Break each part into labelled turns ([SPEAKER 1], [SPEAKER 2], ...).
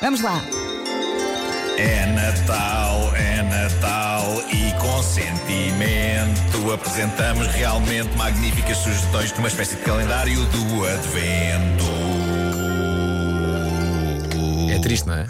[SPEAKER 1] Vamos lá.
[SPEAKER 2] É Natal, é Natal e com sentimento apresentamos realmente magníficas sugestões de uma espécie de calendário do Advento.
[SPEAKER 3] É triste, não é?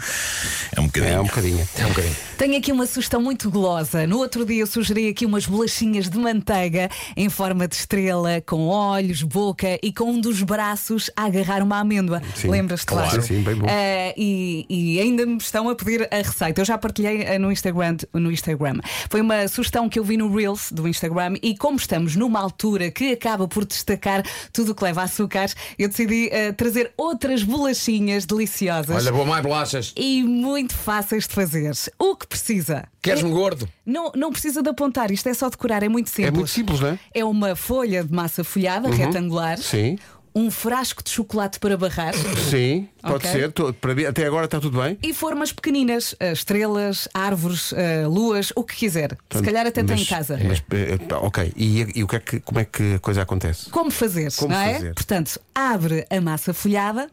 [SPEAKER 2] É um bocadinho.
[SPEAKER 4] É um bocadinho.
[SPEAKER 3] É um bocadinho.
[SPEAKER 1] Tenho aqui uma sugestão muito gulosa. No outro dia eu sugeri aqui umas bolachinhas de manteiga em forma de estrela, com olhos, boca e com um dos braços a agarrar uma amêndoa.
[SPEAKER 4] Sim.
[SPEAKER 1] Lembras-te, claro?
[SPEAKER 4] Sim, sim, bem bom.
[SPEAKER 1] Eh, e, e ainda me estão a pedir a receita. Eu já partilhei eh, no Instagram, no Instagram. Foi uma sugestão que eu vi no Reels do Instagram e como estamos numa altura que acaba por destacar tudo o que leva açúcares, eu decidi eh, trazer outras bolachinhas deliciosas
[SPEAKER 3] Olha, vou mais bolachas.
[SPEAKER 1] e muito fáceis de fazer. O que precisa?
[SPEAKER 3] Queres-me gordo?
[SPEAKER 1] Não, não precisa de apontar, isto é só decorar, é muito simples.
[SPEAKER 4] É muito simples, não é?
[SPEAKER 1] É uma folha de massa folhada, retangular.
[SPEAKER 4] Sim.
[SPEAKER 1] Um frasco de chocolate para barrar.
[SPEAKER 4] Sim, pode
[SPEAKER 1] Ok.
[SPEAKER 4] ser. Tô- para mim, até agora está tudo bem.
[SPEAKER 1] E formas pequeninas, eh, estrelas, árvores, eh, luas, o que quiser. Se
[SPEAKER 4] Portanto,
[SPEAKER 1] calhar até tem em
[SPEAKER 4] mas-
[SPEAKER 1] casa.
[SPEAKER 4] mas, eh, pá, ok. E, e o que é que, como é que a coisa acontece?
[SPEAKER 1] Como fazer,
[SPEAKER 4] Como
[SPEAKER 1] não é?
[SPEAKER 4] fazer. Uhum.
[SPEAKER 1] Portanto, abre a massa folhada,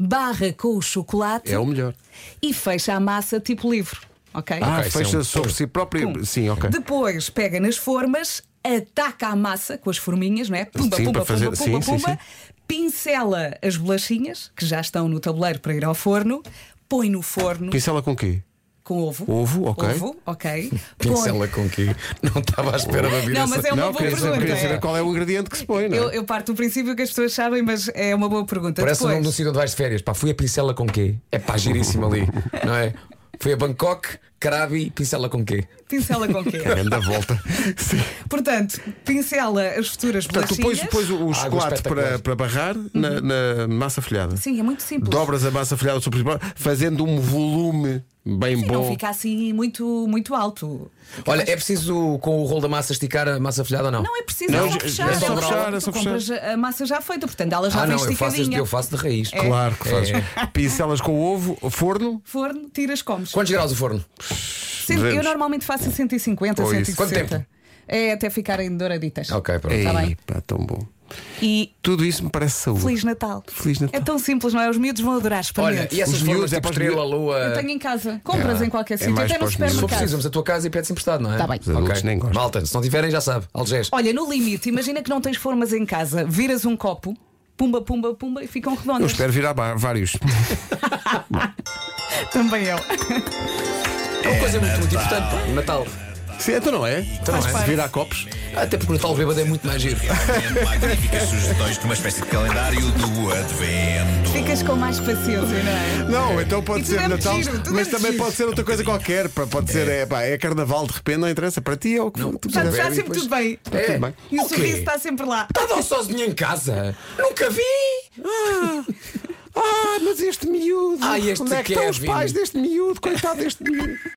[SPEAKER 1] barra com o chocolate
[SPEAKER 4] É o melhor.
[SPEAKER 1] e fecha a massa tipo livro, ok?
[SPEAKER 4] Ah,
[SPEAKER 3] Ok, isso é
[SPEAKER 4] fecha
[SPEAKER 3] um-
[SPEAKER 4] sobre si próprio. Sim, ok.
[SPEAKER 1] Depois pega nas formas, ataca a massa com as forminhas, não é? Pumba,
[SPEAKER 4] Sim,
[SPEAKER 1] pumba,
[SPEAKER 4] para fazer-
[SPEAKER 1] pumba, pumba,
[SPEAKER 4] sim, sim,
[SPEAKER 1] pumba. Pincela as bolachinhas, que já estão no tabuleiro para ir ao forno. Põe no forno
[SPEAKER 4] Pincela com quê?
[SPEAKER 1] com ovo.
[SPEAKER 4] Ovo, ok.
[SPEAKER 1] Ovo, ok. Põe-
[SPEAKER 3] Pincela com que não estava à espera da vida.
[SPEAKER 1] Não, mas é uma
[SPEAKER 4] não,
[SPEAKER 1] boa
[SPEAKER 4] queria saber,
[SPEAKER 1] pergunta.
[SPEAKER 4] queria
[SPEAKER 1] é.
[SPEAKER 4] saber qual é o ingrediente que se põe, não é?
[SPEAKER 1] Eu, eu parto do princípio que as pessoas sabem, mas é uma boa pergunta.
[SPEAKER 3] Parece o nome do
[SPEAKER 1] Depois,
[SPEAKER 3] sítio onde vais de férias. Pá, fui a pincela com quê? É pá, giríssimo ali, não é? Fui a Bangkok, Krabi, pincela com quê?
[SPEAKER 1] pincela com quê?
[SPEAKER 4] É Grande volta. Sim.
[SPEAKER 1] Portanto, pincela as futuras
[SPEAKER 4] Portanto, tu pões,
[SPEAKER 1] bolachinhas.
[SPEAKER 4] pões o, o
[SPEAKER 3] Água
[SPEAKER 4] chocolate para,
[SPEAKER 3] espetacular.
[SPEAKER 4] para barrar na, na massa folhada.
[SPEAKER 1] Sim, é muito simples.
[SPEAKER 4] Dobras a massa folhada sobre si próprio, fazendo um volume bem
[SPEAKER 1] E
[SPEAKER 4] bom.
[SPEAKER 1] Não fica assim muito, muito alto.
[SPEAKER 3] Olha, é preciso com o rolo da massa esticar a massa folhada ou não?
[SPEAKER 1] Não é preciso,
[SPEAKER 4] Não,
[SPEAKER 1] é só
[SPEAKER 4] é
[SPEAKER 1] fechar.
[SPEAKER 3] só
[SPEAKER 1] Tu
[SPEAKER 4] fechar, é só
[SPEAKER 1] compras a massa já feita, portanto ela já
[SPEAKER 3] Ah,
[SPEAKER 1] vem
[SPEAKER 3] não, eu faço, este-
[SPEAKER 1] esticadinha.
[SPEAKER 3] eu faço de raiz.
[SPEAKER 4] Claro que faz.
[SPEAKER 3] É.
[SPEAKER 4] Pincelas com ovo, forno.
[SPEAKER 1] Forno, tiras, comes.
[SPEAKER 3] Quantos graus o forno?
[SPEAKER 1] Cento- eu
[SPEAKER 4] 200.
[SPEAKER 1] normalmente faço a 150,
[SPEAKER 4] Ou isso.
[SPEAKER 1] 160.
[SPEAKER 3] Quanto tempo?
[SPEAKER 1] É até ficarem douraditas. Tá
[SPEAKER 3] Ok, pronto.
[SPEAKER 4] Ei,
[SPEAKER 1] bem.
[SPEAKER 4] pá, tão bom.
[SPEAKER 1] E
[SPEAKER 4] Tudo isso me parece saúde.
[SPEAKER 1] Feliz Natal.
[SPEAKER 4] Feliz Natal.
[SPEAKER 1] É tão simples, não é? Os miúdos vão adorar experimentar.
[SPEAKER 3] Olha, e essas
[SPEAKER 4] Os
[SPEAKER 3] formas
[SPEAKER 4] miúdos é
[SPEAKER 3] tipo
[SPEAKER 4] para os
[SPEAKER 3] estrela,
[SPEAKER 4] miúdos.
[SPEAKER 3] lua.
[SPEAKER 1] Eu tenho em casa. Compras em qualquer
[SPEAKER 4] é
[SPEAKER 1] sítio,
[SPEAKER 4] mais
[SPEAKER 1] até no
[SPEAKER 4] para os miúdos.
[SPEAKER 3] Se for
[SPEAKER 1] supermercado.
[SPEAKER 3] preciso, vamos à tua casa e pedes emprestado, não é?
[SPEAKER 1] Tá bem. Os
[SPEAKER 4] adultos
[SPEAKER 3] Ok.
[SPEAKER 4] nem gostam.
[SPEAKER 3] Malta, se não tiverem, já sabe. Algés.
[SPEAKER 1] Olha, no limite, imagina que não tens formas em casa, viras um copo, pumba, pumba, pumba e ficam
[SPEAKER 4] Eu
[SPEAKER 1] redondas.
[SPEAKER 4] espero virar ba- vários.
[SPEAKER 1] Também eu.
[SPEAKER 3] É uma coisa muito, muito importante. pá. Natal.
[SPEAKER 4] Sim, então não é? Então
[SPEAKER 3] não é.
[SPEAKER 4] Se virar copos.
[SPEAKER 3] Até porque o Natal bêbado é muito mais giro.
[SPEAKER 2] Realmente magníficas sugestões de uma espécie de calendário do Advento.
[SPEAKER 1] Ficas com mais paciência, não é?
[SPEAKER 4] Não, então pode
[SPEAKER 1] E tudo
[SPEAKER 4] ser
[SPEAKER 1] é muito
[SPEAKER 4] Natal.
[SPEAKER 1] giro, tudo é
[SPEAKER 4] mas
[SPEAKER 1] muito
[SPEAKER 4] também
[SPEAKER 1] giro.
[SPEAKER 4] pode ser outra coisa qualquer. pá, Pode ser, é, pá, é carnaval de repente, não interessa. Para ti é o que
[SPEAKER 3] Não,
[SPEAKER 4] tu
[SPEAKER 3] já-
[SPEAKER 1] Portanto,
[SPEAKER 4] quiseres.
[SPEAKER 1] está
[SPEAKER 3] E
[SPEAKER 1] sempre
[SPEAKER 3] depois-
[SPEAKER 1] tudo bem.
[SPEAKER 3] É.
[SPEAKER 4] Tá tudo bem.
[SPEAKER 1] E o
[SPEAKER 3] O quê?
[SPEAKER 1] sorriso tá- está sempre lá.
[SPEAKER 3] Estava sozinha em casa? Nunca vi!
[SPEAKER 4] Ah, mas este miúdo.
[SPEAKER 3] Ah, este
[SPEAKER 4] Onde é que estão os
[SPEAKER 3] Kevin.
[SPEAKER 4] pais deste miúdo? Coitado deste miúdo.